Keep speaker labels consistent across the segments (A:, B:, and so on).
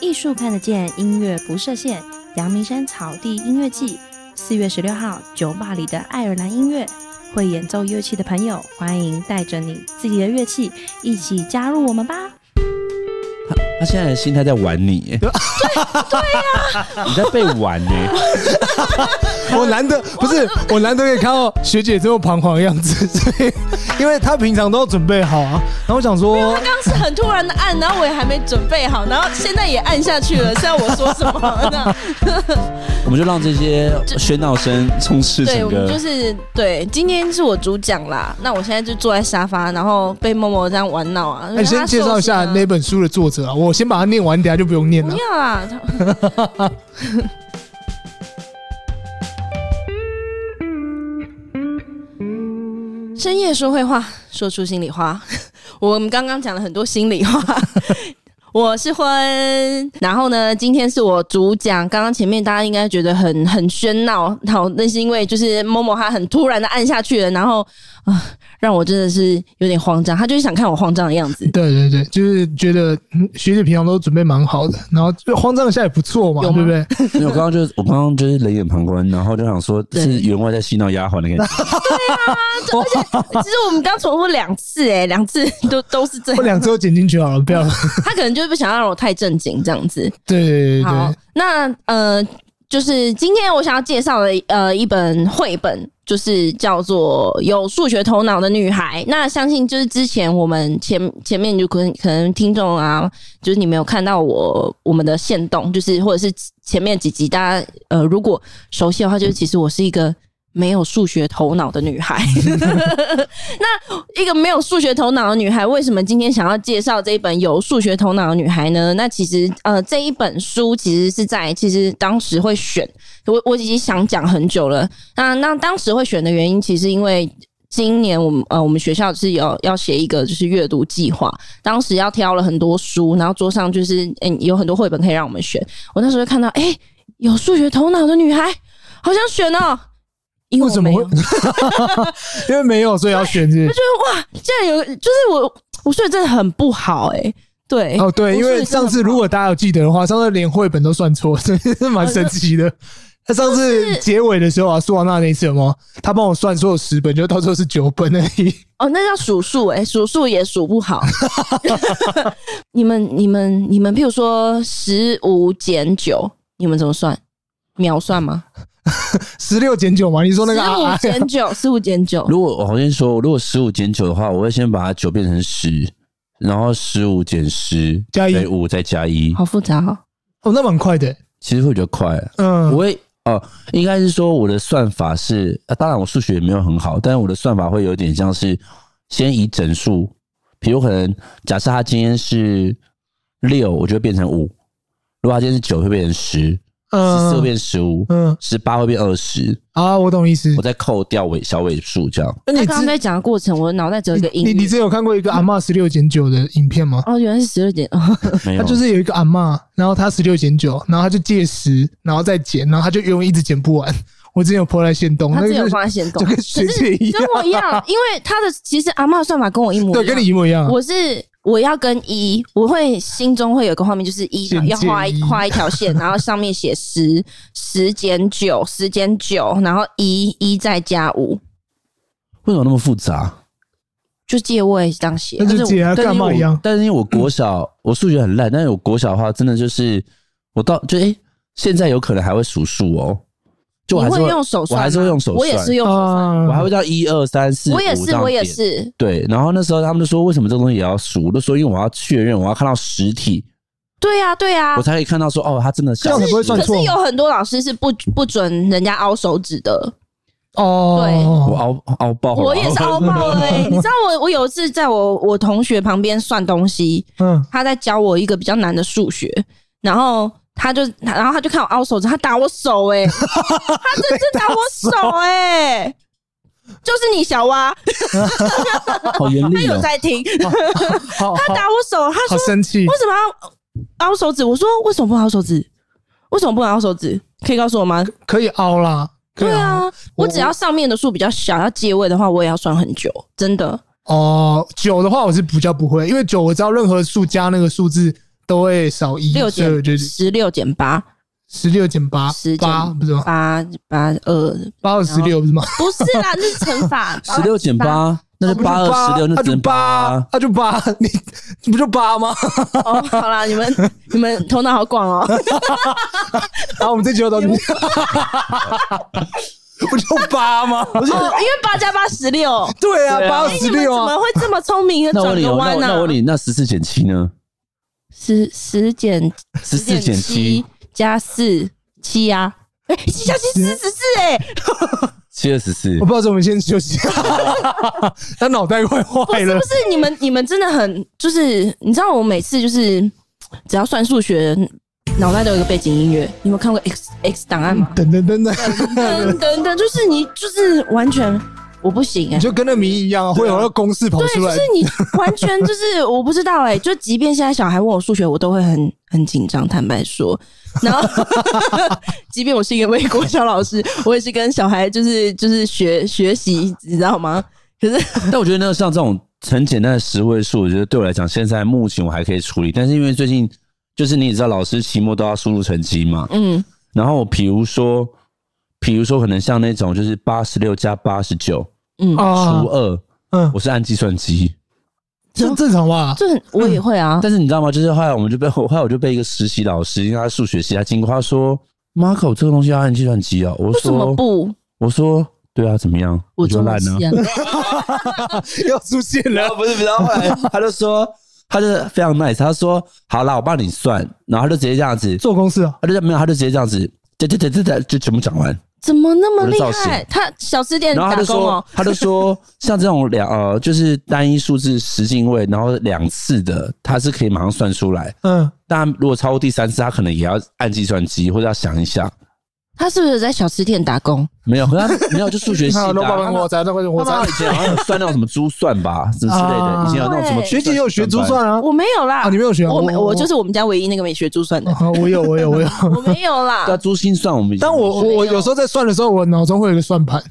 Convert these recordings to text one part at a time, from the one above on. A: 艺术看得见，音乐不设限。阳明山草地音乐季，四月十六号，酒吧里的爱尔兰音乐。会演奏乐器的朋友，欢迎带着你自己的乐器一起加入我们吧。
B: 他现在的心态在玩你、欸，对呀、你在被玩呢、
C: 我难得不是我难得可以看到学姐这么彷徨的样 子，所以因为她平常都要准备好啊。然后我想说
D: 他，刚刚是很突然的按，然后我也还没准备好，然后现在也按下去了，是要我说什么呢？
B: 我们就让这些喧闹声充斥
D: 对，
B: 整
D: 我们就
B: 个。
D: 是对，今天是我主讲啦。那我现在就坐在沙发，然后被默默这样玩闹啊。嗯
C: 那你哎先介绍一下那
D: 那
C: 本书的作者啊，我先把它念完，等下就不用念
D: 不
C: 了。
D: 要啦，他 深夜说会话，说出心里话。 我们刚刚讲了很多心里话。 我是婚，然后呢，今天是我主讲。刚刚前面大家应该觉得很很喧闹，好，那是因为就是某某他很突然的按下去了，然后啊、让我真的是有点慌张。他就是想看我慌张的样子，
C: 对对对，就是觉得嗯学姐平常都准备蛮好的，然后就慌张一下也不错嘛，
D: 有
C: 对
D: 吗
C: 不
B: 因
C: 对？
B: 为我刚刚就是我刚刚就是冷眼旁观，然后就想说
D: 对
B: 是员外在戏闹丫鬟的 感觉。
D: 其实我们刚重复两次、欸，哎，两次都都是这
C: 我
D: 样。
C: 两周剪进去好了，不要。
D: 他可能就是不想让我太正经这样子。
C: 对对对
D: 好
C: 对，，
D: 那呃，就是今天我想要介绍的呃一本绘本，就是叫做《有数学头脑的女孩》。那相信就是之前我们前前面就可能可能听众啊，就是你没有看到我我们的线动，就是或者是前面几集大家呃如果熟悉的话，就是其实我是一个。没有数学头脑的 女孩，那一个没有数学头脑的女孩，为什么今天想要介绍这一本有数学头脑的女孩呢？那其实呃，这一本书其实是在其实当时会选，我我已经想讲很久了。那那当时会选的原因，其实因为。今年我们呃，我们学校是有要写一个就是阅读计划，当时要挑了很多书，然后桌上就是嗯、有很多绘本可以让我们选。我那时候就看到，哎、有数学头脑的女孩，好想选哦。因
C: 为
D: 我
C: 什么
D: 没
C: 会
D: 有？
C: 因为没有，所以要选这。
D: 竟然有，就是我我睡得真的很不好哎、欸对，
C: 哦，对，
D: 我
C: 因
D: 睡得
C: 为
D: 真的
C: 上次
D: 不好哦
C: 如果大家有记得的话，上次连绘本都算错，真的是蛮神奇的。他上次结尾的时候啊，苏安娜那一次有没有？他帮我算所有十本，就到最后是九本而已。
D: 哦，那叫数数哎，数数也数不好。 你们你们你们，譬如说十五减九，你们怎么算？秒算吗？
C: 十六减九嘛，你说那
D: 十
C: 个啊
D: 五
C: 啊
D: 减九，十五减九，
B: 如果我先说，如果十五减九的话，我会先把它九变成十，然后十五减十
C: 加一
B: 五再加一，
D: 好复杂哦。
C: 哦，那蛮快的、
B: 其实会比较快。啊我
C: 嗯，
B: 会哦、应该是说我的算法是，啊、当然我数学也没有很好，但是我的算法会有点像是先以整数，比如可能假设它今天是六，我就会变成五；如果它今天是九，会变成十；十四会
C: 嗯
B: 变十五，
C: 嗯
B: 十八会变二十，
C: 啊，我懂意思
B: 我。再扣掉尾小尾数这 样。
C: 那
D: 他
C: 你
D: 刚刚
C: 之
D: 在讲的过程，我脑袋只有一个音
C: 你你之
D: 乐。
C: 前有看过一个阿嬷十六减九的影片吗？
D: 哦，原来是十二减，
B: 没有，
C: 他就是有一个阿嬷，然后她十六减九，然后她就借十，然后再减，然后她就永远一直减不完。我之前有泼在线洞，
D: 他
C: 那
D: 只
C: 个
D: 有
C: 就是
D: 放在先动
C: 就，跟学姐一样
D: 跟，我一样，因为他的其实阿嬷的算法跟我一模一样，
C: 对，跟你一模一
B: 嗯
C: 样。
D: 我是我要跟一，我会心中会有个画面，就是一
C: 简介
D: 要画一
C: 一
D: 画一条 线，然后上面写十十减九，十减九，然后一一再加五，
B: 为什么那么复杂？
D: 就借位这样写
C: 那。就
D: 但是
C: 姐啊，
B: 但是
C: 干
B: 因为
C: 嘛
B: 我
C: 一样？
B: 但是因为我国 小我数学很烂，但是我国小的话，真的就是我到就诶、现在有可能还会数数哦，就我还
D: 你
B: 是
D: 用手
B: 我
D: 算吗，
B: 还是会用手算，
D: 我也是用手算，
C: 啊，
B: 我还会到一二三四，
D: 我也
B: 5这
D: 是，
B: 样
D: 我也
B: 点。
D: 是。
B: 对，然后那时候他们就说，为什么这个东西也要数？我就说，因为我要确认，我要看到实体，
D: 对呀，对呀
B: 我。才可以看到说，哦，他真的像
C: 这样才不会
B: 是
C: 算
D: 可
C: 错
D: 是有很多老师是不不准人家凹手指的，
C: 哦，
B: 我凹凹爆了，
D: 我也是凹爆了、欸。你知道我我有一次在我我同学旁边算东西，
C: 嗯，
D: 他在教我一个比较难的数学，然后他就，然后他就看我凹手指，他打我手、欸，他真是打我手、欸，就是你小蛙，
B: 好严
D: 他
B: 厉
D: 有
B: 哦。
D: 在听，
C: 好好
D: 他打我手，他
C: 好
D: 说
C: 生气
D: 为什么要凹手指？我说为什么不凹手指？为什么不能凹手指？可以告诉我吗？
C: 可以凹啦，可以
D: 对
C: 凹
D: 啊，我只要上面的数比较小，要借位的话，我也要算很久，真的。
C: 哦，九的话我是比较不会，因为九我知道任何数加那个数字都会少一，
D: 六
C: 所以我觉
D: 减
C: 得
D: 十六减八，
C: 十六减八
D: 10，减
C: 八不是吗？
D: 八八二，
C: 八二十六不是吗？
D: 不是啦，那是乘法。
B: 十六减
D: 啊
B: 八，那是八二十六，那
C: 那
B: 只
C: 就
B: 能
C: 八
B: 啊，
C: 那就八，你你不就八吗？
D: 哦，好啦，你们你们头脑好广哦。
C: 然后我们这集就到 这边，不就八吗？不是，
D: 哦， 因为八加八十六，
C: 对啊，
B: 对啊
C: 八二
D: 哎
C: 十
D: 你们怎
C: 六啊
D: 么，会这么聪明？
B: 那我
D: 转
B: 问你
D: 个
B: 哦，那
D: 弯啊
B: 我
D: 呢
B: 那我？问你，那十四减七呢？
D: 十十减
B: 十四减七
D: 7，加四七呀，哎，七加七十十四哎，
B: 七二十四
C: 我。不知道怎么先休息， 他脑袋快
D: 不
C: 坏
D: 是
C: 了
D: 不。是，你们你们真的很就是，你知道我每次就是只要算数学，脑袋都有一个背景音乐。你有没有看过 X X 档案吗？
C: 等等等等，
D: 等等等，就是你就是完全我不行哎、
C: 你就跟那谜一样啊，会有那个公式跑
D: 对，
C: 出
D: 就
C: 来
D: 是。你完全就是我不知道哎、就即便现在小孩问我数学，我都会很很紧张，坦白说。 然后，即便我是一个美国小老师，我也是跟小孩就是就是学学习，你知道吗？可是
B: 但我觉得那个像这种很简单的十位数，我觉得对我来讲，现在目前我还可以处理。但是因为最近就是你也知道，老师期末都要输入成绩嘛，
D: 嗯，
B: 然后比如说，比如说可能像那种就是八十六加八十九
C: 啊
B: 除，二，
C: 嗯，
B: 我是按计算机。
C: 这正常吧？
D: 这很我也会啊。
B: 但是你知道吗？就是后来我们就被后来我就被一个实习老师，因为他数学系，他经过他说：“Marco，这个东西要按计算机啊。”我
D: 为什么
B: 说
D: 不？：“
B: 我说对啊，怎么样？
D: 我
B: 就
D: 中
B: 烂
D: 文系
B: 了。”
D: 啊，
C: 要出现
B: 然
C: 了，
B: 后不是，然后后来 他就说，他就非常 nice，他说好啦，我帮你算，然后他就直接这样子，
C: 做公式啊，
B: 他就没有，他就直接这样子，对对对对对，就全部讲完。
D: 怎么那么厉
B: 我的造
D: 害
B: 型？
D: 他小吃店
B: 然后
D: 打
B: 他就
D: 工哦
B: 说，，他就说，像这种两呃，就是单一数字十进位，然后两次的，他是可以马上算出来。
C: 嗯，
B: 但如果超过第三次，他可能也要按计算机或者要想一下。
D: 他是不是在小吃店打工？
B: 没有，可是他没有，就数学系的
C: 那
B: 啊、
C: 老板我在，那个我
B: 我
C: 在
B: 以，前好像有算那种什么珠算吧，之之类的，以前有那种什么
D: 对
C: 啊学姐有学珠
B: 班
C: 算啊，
D: 我没有啦，
C: 啊，你没有学啊，
D: 我没我
B: 哦
D: 就是我们家唯一那个没学珠算的，
C: 啊，我有我有我 有，
D: 我没有啦
B: 对啊，。珠心算我们以前
C: 但我我
D: 没有
C: 我有时候在算的时候，我脑中会有一个算盘，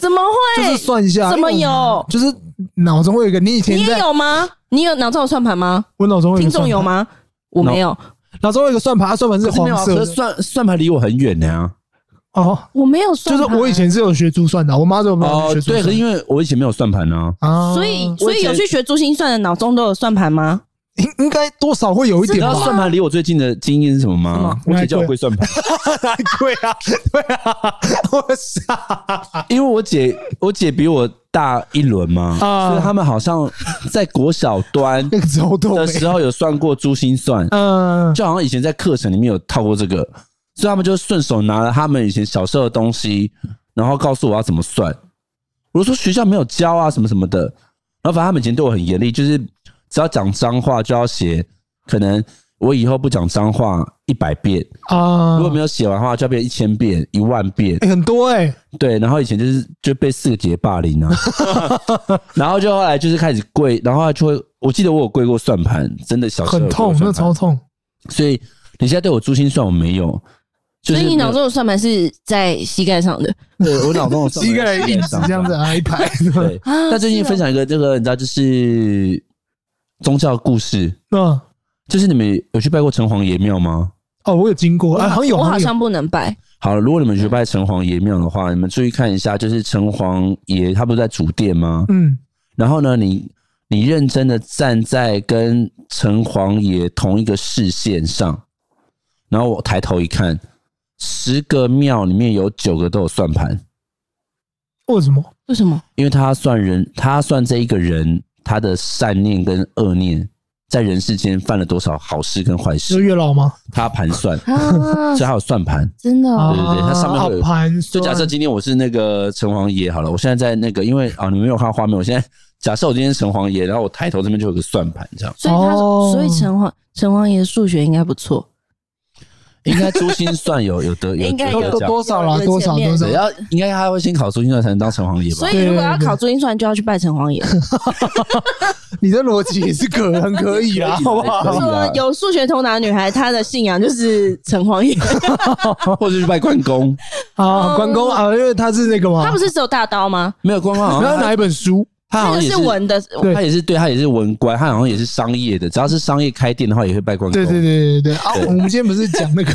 D: 怎么
C: 就
D: 会？
C: 是算一下，
B: 啊
C: 哎
D: 怎么有？
C: 就是脑中会有一个，你以前
D: 你也
C: 在
D: 有吗？你有脑中有算盘吗？
C: 我脑中会有一
D: 听
C: 个算
D: 众有
C: 盘，
D: 吗？我没有，
C: 脑中有一个算盘，它算盘是
B: 可是没有
C: 黄
B: 啊，
C: 色
B: 可
C: 的
B: 是算算盘离我很远呢、啊。
C: 哦，
D: 我没有
C: 就
D: 算
C: 是
D: 盘。
C: 我以，前是有学珠算的，我妈说我们
B: 哦
C: 有学，珠
B: 对，可是
C: 算
B: 因为我以前没有算盘啊，
C: 啊，
D: 所以
B: 我
D: 所
B: 以前
D: 以有去学珠心算的，脑中都有算盘吗？
C: 应应该多少会有一
B: 你
C: 点
B: 知道
C: 吧，
B: 算盘离我最近的经验是什么
D: 什么
B: 吗？我姐叫我会算盘，
C: 难怪啊，对啊，我傻，
B: 因为我姐我姐比我大一轮嘛，
C: 啊
B: 所以他们好像在国小端
C: 那个头痛
B: 的
C: 欸，
B: 时候有算过珠心算，
C: 嗯，
B: 就好像以前在课程里面有套过这个，所以他们就顺手拿了他们以前小时候的东西，然后告诉我要怎么算。我就说学校没有教啊，什么什么的。然后反正他们以前对我很严厉，就是只要讲脏话就要写，可能我以后不讲脏话一百遍，
C: 啊，
B: 如果没有写完的话就要变一千遍、一万遍。
C: 欸很多哎，
B: 对，然后以前就是就被四个姐霸凌 啊，然后就后来就是开始跪，然后后来就会，我记得我有跪过算盘，真的小时候有
C: 很
B: 跪过
C: 痛，
B: 算
C: 那
B: 盘
C: 超痛。
B: 所以你现在对我珠心算我没有，就
D: 所
B: 是
D: 以你
B: 没有
D: 脑中的算盘是在膝盖上的
B: 对我脑中有算
C: 膝盖一直这样子。挨一排，
B: 对，
D: 啊
B: 那最近分，享一个这个你知道就是宗教故事，
C: 嗯，
B: 就是你们有去拜过城隍爷庙吗？
C: 哦，我有经过，啊，好像
D: 是哦
C: 有，
D: 我好
C: 有
D: 像不能拜。
B: 好，如果你们去拜城隍爷庙的话，你们注意看一下，就是城隍爷他不是在主殿吗？
C: 嗯，
B: 然后呢，你你认真的站在跟城隍爷同一个视线上，然后我抬头一看，十个庙里面有九个都有算盘。
C: 为什么？
D: 为什么？
B: 因为他算人，他算这一个人他的善念跟恶念，在人世间犯了多少好事跟坏
C: 是
B: 事，
C: 月老吗？
B: 他盘算，
D: 啊
B: 所以，他有算盘。
D: 真的哦，
B: 对对对它上面会有
C: 啊盘
B: 就
C: 算，
B: 假设今天我是那个城隍爷好了，我现在在那个，因为啊你们没有看画面，我现在假设我今天是城隍爷，然后我抬头这边就有个算盘，这样
D: 所以他
C: 哦
D: 所以城隍城隍爷的数学应该不错，
B: 应该珠心算有有 得有
D: 应该
B: 得
D: 有
B: 有
C: 多
B: 这样。
C: 多少啦，
D: 有
C: 多少
D: 前
C: 多
D: 面
C: 少
B: 对，，要应该他会先考珠心算才能当城隍爷吧
D: 所？以如果要
C: 对对对
D: 考珠心算，就要去拜城隍爷。
C: 你的逻辑也是可很可以啦，好不
B: 可以
C: 好？
B: 啦
D: 说呃有数学头脑的女孩，她的信仰就是城隍爷，
B: 或者是拜关公？
C: 啊，关公啊，因为他是那个嘛，
D: 她不是只有大刀吗？
B: 没有关公好
C: 然
B: 像
C: 后拿一本书，
B: 他好
D: 那
B: 像
D: 个
B: 也
D: 是文的，
C: 对
B: 他也是对他也是文官，他好像也是商业的，只要是商业开店的话，也会拜关公。
C: 对对对对对啊！我们今天不是讲那个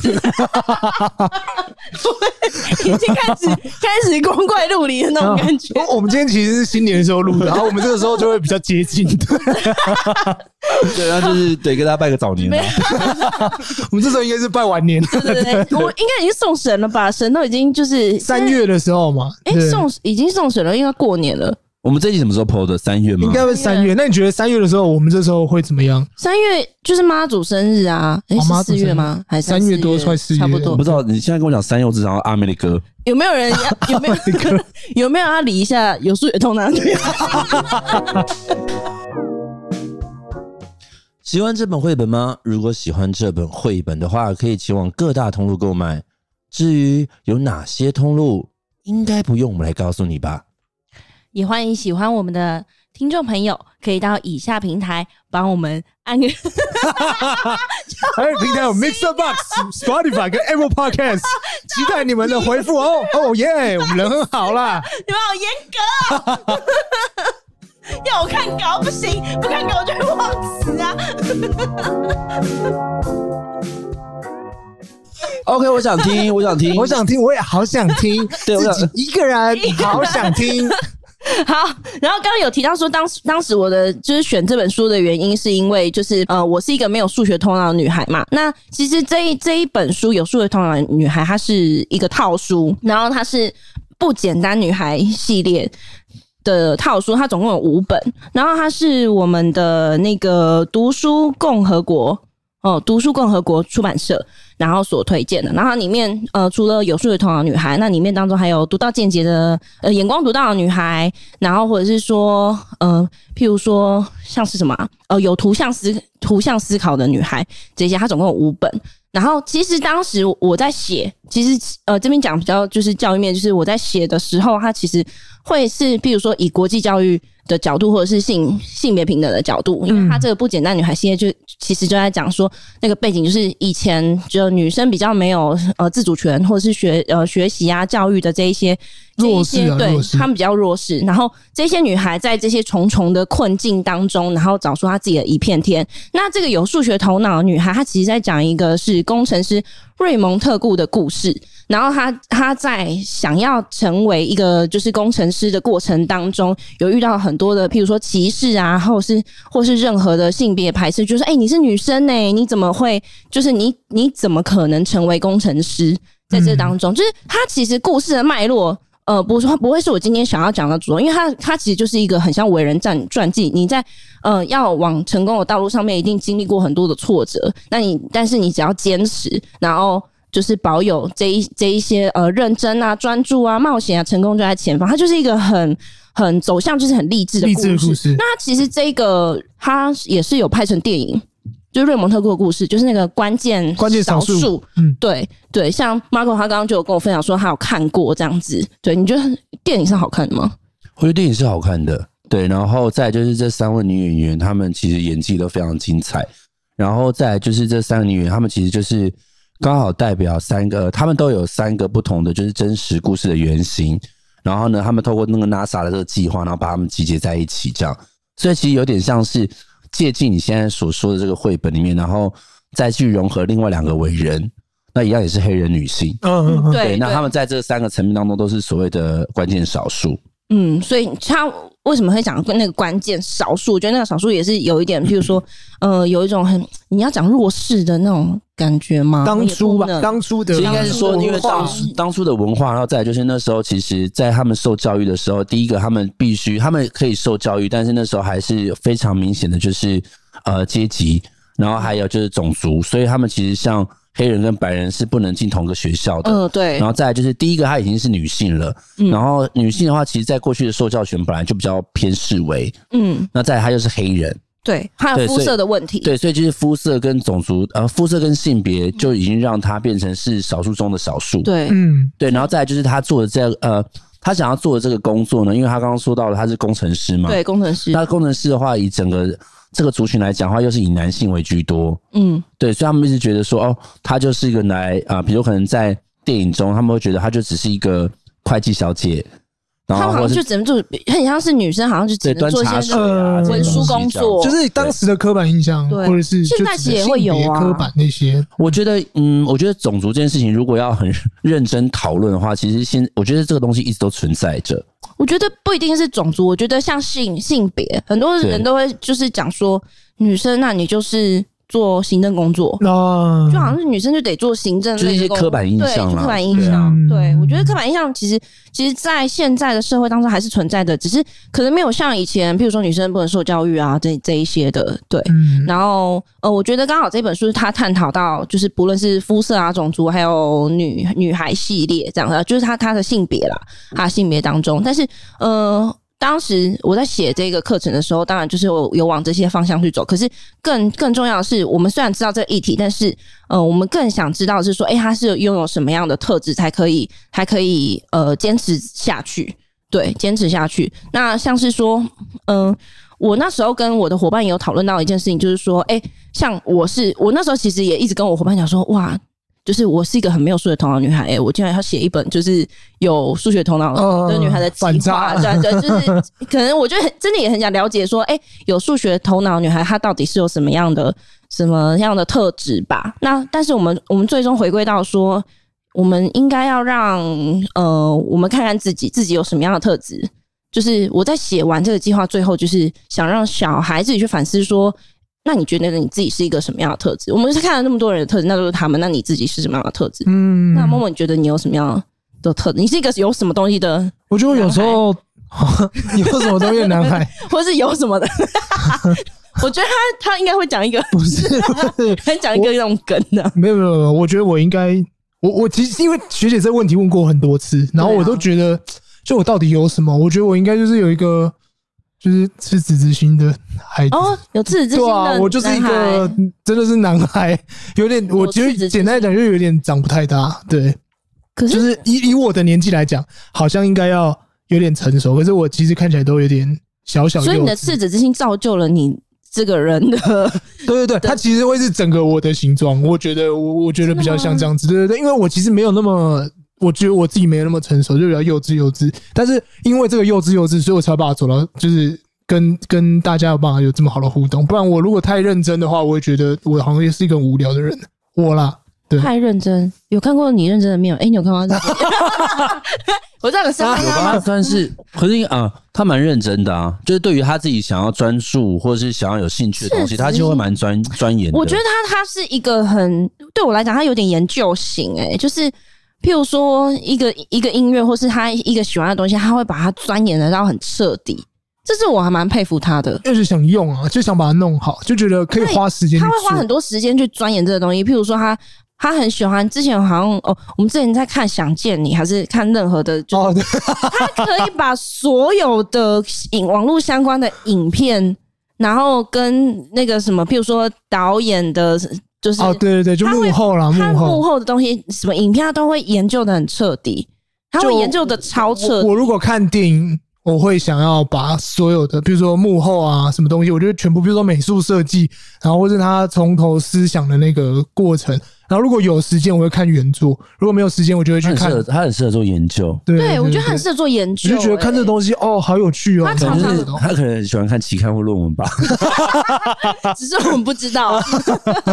D: 已经开始开始光怪陆离的那种感觉。
C: 哦我们今天其实是新年的时候录的，然后我们这个时候就会比较接近。对，
B: 对，然后就是对跟大家拜个早年
D: 没
B: 啊
D: 有，
C: 我们这时候应该是拜完年，
D: 对对 对，我应该已经送神了吧？神都已经就是
C: 三，月的时候嘛。
D: 哎、
C: 对
D: 送已经送神了，应该过年了。
B: 我们这集什么时候 PO 的？三月吗
C: 应？该会三月。那你觉得三月的时候，我们这时候会怎 么样？
D: 三月就是妈祖生日啊，哎、
C: 哦妈祖
D: 是
C: 生
D: 四
C: 日
D: 月吗？还是
C: 三月多快四月
D: 差不
B: 我
D: 多
B: 不。知道。你现在跟我讲三幼之然后阿妹的歌，
D: 有没有人要 有 没有有没有要理一下有数学通的女孩？
B: 喜欢这本绘本吗？如果喜欢这本绘本的话，可以前往各大通路购买。至于有哪些通路，应该不用我们来告诉你吧。
D: 也欢迎喜欢我们的听众朋友，可以到以下平台帮我们按个。
C: 还有平台
B: 哦
C: 有 Mixer Box、Spotify 跟 Apple Podcast，期待你们的回复哦。哦耶，我们人很好 啦。
D: 你们好严格、哦， 要我看稿不行，不看稿我就会忘词啊。
B: OK，我想听，我想听，
C: 我想听，我也好想听，
B: 对我
C: 自
B: 想
C: 己一个人好想听。
D: 好，然后刚刚有提到说，当时当时我的就是选这本书的原因，是因为就是呃，我是一个没有数学头脑的女孩嘛。那其实这一这一本书有数学头脑的女孩，它是一个套书，然后它是不简单女孩系列。的套书，它总共有五本，然后它是我们的那个读书共和国哦，读书共和国出版社，然后所推荐的。然后它里面呃，除了有数学头脑的女孩，那里面当中还有读到间接的呃眼光独到的女孩，然后或者是说呃，譬如说像是什么啊呃有图像思图像思考的女孩这些，它总共有五本。然后其实当时我在写，其实呃这边讲比较就是教育面，就是我在写的时候，它其实会是譬如说以国际教育的角度，或者是性性别平等的角度，因为它这个不简单女孩系列就其实就在讲说那个背景就是以前就女生比较没有呃自主权，或者是学呃学习啊、教育的这一些这
C: 弱
D: 一
C: 势
D: 些，
C: 啊弱势
D: 对她们比较弱势。然后这些女孩在这些重重的困境当中，然后找出她自己的一片天。那这个有数学头脑的女孩，她其实在讲一个是工程师瑞蒙特雇的故事。然后她她在想要成为一个就是工程师的过程当中，有遇到很多的，譬如说歧视啊，或是或是任何的性别排斥，就是哎、你是女生呢、你怎么会？就是你你怎么可能成为工程师？在这当
C: 嗯
D: 中，就是它其实故事的脉络。呃，不是，不会是我今天想要讲的主轴，因为它它其实就是一个很像伟人传传记。你在呃要往成功的道路上面，一定经历过很多的挫折。那你但是你只要坚持，然后就是保有这一这一些呃认真啊、专注啊、冒险啊，成功就在前方。它就是一个很很走向就是很励志的
C: 励
D: 故
C: 志的故
D: 事。
C: 事，
D: 那其实这个它也是有拍成电影，就是瑞蒙特库的故事，就是那个关键
C: 关键少
D: 少
C: 数
D: 数，
C: 嗯
D: 对对，像 Marco 他刚刚就有跟我分享说他有看过这样子，对，你觉得电影是好看的吗？
B: 我觉得电影是好看的，对。然后再来就是这三位女演员，她们其实演技都非常精彩。然后再来就是这三个女演员，她们其实就是刚好代表三个，她们都有三个不同的就是真实故事的原型。然后呢，她们透过那个 NASA 的这个计划，然后把她们集结在一起，这样。所以其实有点像是借鉴你现在所说的这个绘本里面，然后再去融合另外两个伟人，那一样也是黑人女性。
C: 嗯嗯嗯，
D: 对，
B: 那他们在这三个层面当中都是所谓的关键少数。
D: 嗯，所以他为什么会讲那个关键少数？我觉得那个少数也是有一点，譬如说，呃，有一种很你要讲弱势的那种感觉吗？
C: 当初
D: 也不
C: 吧，
D: 能
C: 当初的
B: 其实应该是说，
D: 当初的
B: 因为
D: 文化
B: 当初当初的文化，然后再来就是那时候，其实，在他们受教育的时候，第一个他们必须，他们可以受教育，但是那时候还是非常明显的，就是呃阶级，然后还有就是种族，所以他们其实像黑人跟白人是不能进同个学校的。
D: 嗯、对
B: 然，后再来就是第一个，她已经是女性了。然后女性的话，其实，在过去的受教权本来就比较偏视为，
D: 嗯，
B: 那再来她又是黑人，
D: 对，还
B: 对
D: 有肤
B: 所以
D: 色的问题，
B: 对，所以就是肤色跟种族，呃，肤色跟性别就已经让她变成是少数中的少数。
D: 对，
C: 嗯，
B: 对，然后再来就是他做的这个呃，他想要做的这个工作呢，因为他刚刚说到了他是工程师嘛，
D: 对，工程师，
B: 那工程师的话，以整个这个族群来讲的话，又是以男性为居多，
D: 嗯，
B: 对，所以他们一直觉得说，哦，他就是一个来啊、呃比如可能在电影中，他们会觉得他就只是一个会计小姐，然
D: 他
B: 后或
D: 们好像
B: 是
D: 就只能做，很像是女生，好像就只
B: 对
D: 能
B: 端
D: 做一
B: 茶
D: 些
B: 水啊，
C: 呃
B: 这些
D: 文
B: 东
D: 书
B: 西
D: 工
B: 这样
D: 作
C: 就是当时的刻板印象，
D: 对
C: 或者是
D: 现在其实也会有啊
C: 就只是性别刻板那些，
B: 我觉得，嗯，我觉得种族这件事情，如果要很认真讨论的话，其实现我觉得这个东西一直都存在着。
D: 我觉得不一定是种族，我觉得像性性别，很多
B: 对
D: 人都会就是讲说，女生那你就是做行政工作，
C: 那嗯
D: 就好像是女生就得做行政
B: 嗯
D: 类
B: 就是一些
D: 的工
B: 刻板印象啦
D: 对，就刻板印
C: 对啊
D: 象。
C: 嗯
D: 对，我觉得刻板印象其实其实，在现在的社会当中还是存在的，只是可能没有像以前，譬如说女生不能受教育啊，这这一些的，对。
C: 嗯，
D: 然后，呃，我觉得刚好这本书它探讨到，就是不论是肤色啊、种族，还有女女孩系列这样的，就是它它的性别啦，它性别当中。但是，呃，当时我在写这个课程的时候，当然就是有有往这些方向去走。可是更更重要的是，我们虽然知道这个议题，但是，呃，我们更想知道的是说，哎，他是拥有什么样的特质才可以，才可以呃坚持下去。对，坚持下去。那像是说，嗯、我那时候跟我的伙伴也有讨论到一件事情，就是说，哎、像我是我那时候其实也一直跟我伙伴讲说，哇，就是我是一个很没有数学头脑的女孩、哎，我竟然要写一本就是有数学头脑的女孩的计
C: 嗯反
D: 划，
C: 差
D: 对啊对啊，就是可能我觉得很真的也很想了解说，哎、有数学头脑的女孩她到底是有什么样的什么样的特质吧？那但是我们我们最终回归到说。我们应该要让呃，我们看看自己自己有什么样的特质，就是我在写完这个计划最后，就是想让小孩自己去反思说，那你觉得你自己是一个什么样的特质？我们是看了那么多人的特质，那都是他们，那你自己是什么样的特质？
C: 嗯，
D: 那默默，你觉得你有什么样的特质？你是一个有什么东西的，
C: 我觉得我有时候 有什么东西的男 孩，
D: 或是有什么的？我觉得他他应该会讲一个，
C: 不是不是，
D: 他讲一个那种梗啊的。
C: 没有没有，没有，我觉得我应该，我我其实因为学姐这问题问过我很多次，然后
D: 对啊
C: 我都觉得，就我到底有什么？我觉得我应该就是有一个就是赤子之心的孩子。
D: 哦，有自知之心
C: 对
D: 的、
C: 啊，我就是一个，真的是男孩， 有点，我
D: 有
C: 觉
D: 赤子之
C: 得
D: 心
C: 简单来讲，就有点长不太大。对，
D: 可
C: 就是是以以我的年纪来讲，好像应该要有点成熟，可是我其实看起来都有点小小幼稚。
D: 所以你的赤子之心造就了你这个人的
C: 对对对，它其实会是整个我的形状。我觉得我我觉得比较像这样子，对对对，因为我其实没有那么，我觉得我自己没有那么成熟，就比较幼稚幼稚。但是因为这个幼稚幼稚，所以我才有办法走到就是。跟跟大家有办法有这么好的互动，不然我如果太认真的话，我会觉得我好像也是一个很无聊的人。我啦，对
D: 太认真，有看过你认真的面吗？哎、你有看过他认真的面？我这样是
B: 有啊吧？他算是，可是啊、他蛮认真的啊，就是对于他自己想要专注或者是想要有兴趣的东西，
D: 是
B: 他就会蛮钻钻研的。
D: 我觉得他他是一个很对我来讲，他有点研究型、哎，就是譬如说一个一个音乐，或是他一个喜欢的东西，他会把它钻研的到很彻底，这是我还蛮佩服他的。
C: 就是想用啊，就想把它弄好，就觉得可以花时间去
D: 他
C: 做。
D: 会花很多时间去钻研这个东西，譬如说他。他很喜欢，之前好像哦，我们之前在看《想见你》，还是看任何的，就
C: 哦，对
D: 可以把所有的影网络相关的影片，然后跟那个什么，譬如说导演的，就是、
C: 哦，对对对，就
D: 他会
C: 幕后啦，
D: 他
C: 幕后
D: 幕后的东西，什么影片，他都会研究的很彻底，他会
C: 就
D: 研究的超彻
C: 我。
D: 底。
C: 我如果看电影，我会想要把所有的，比如说幕后啊什么东西，我觉得全部，比如说美术设计，然后或是他从头思想的那个过程。然后如果有时间，我会看原著；如果没有时间，我就会
B: 他很
C: 去看
B: 适。合，他很适合做研究。
C: 对
D: 对，我觉得他很
C: 很，
D: 适合做研
C: 我
D: 究、
C: 就觉得看这
D: 欸
C: 东西哦，好有趣哦。
D: 他
B: 可
D: 常
B: 能
D: 常
B: 就是他可能喜欢看期刊或论文吧
D: 只是我们不知 道。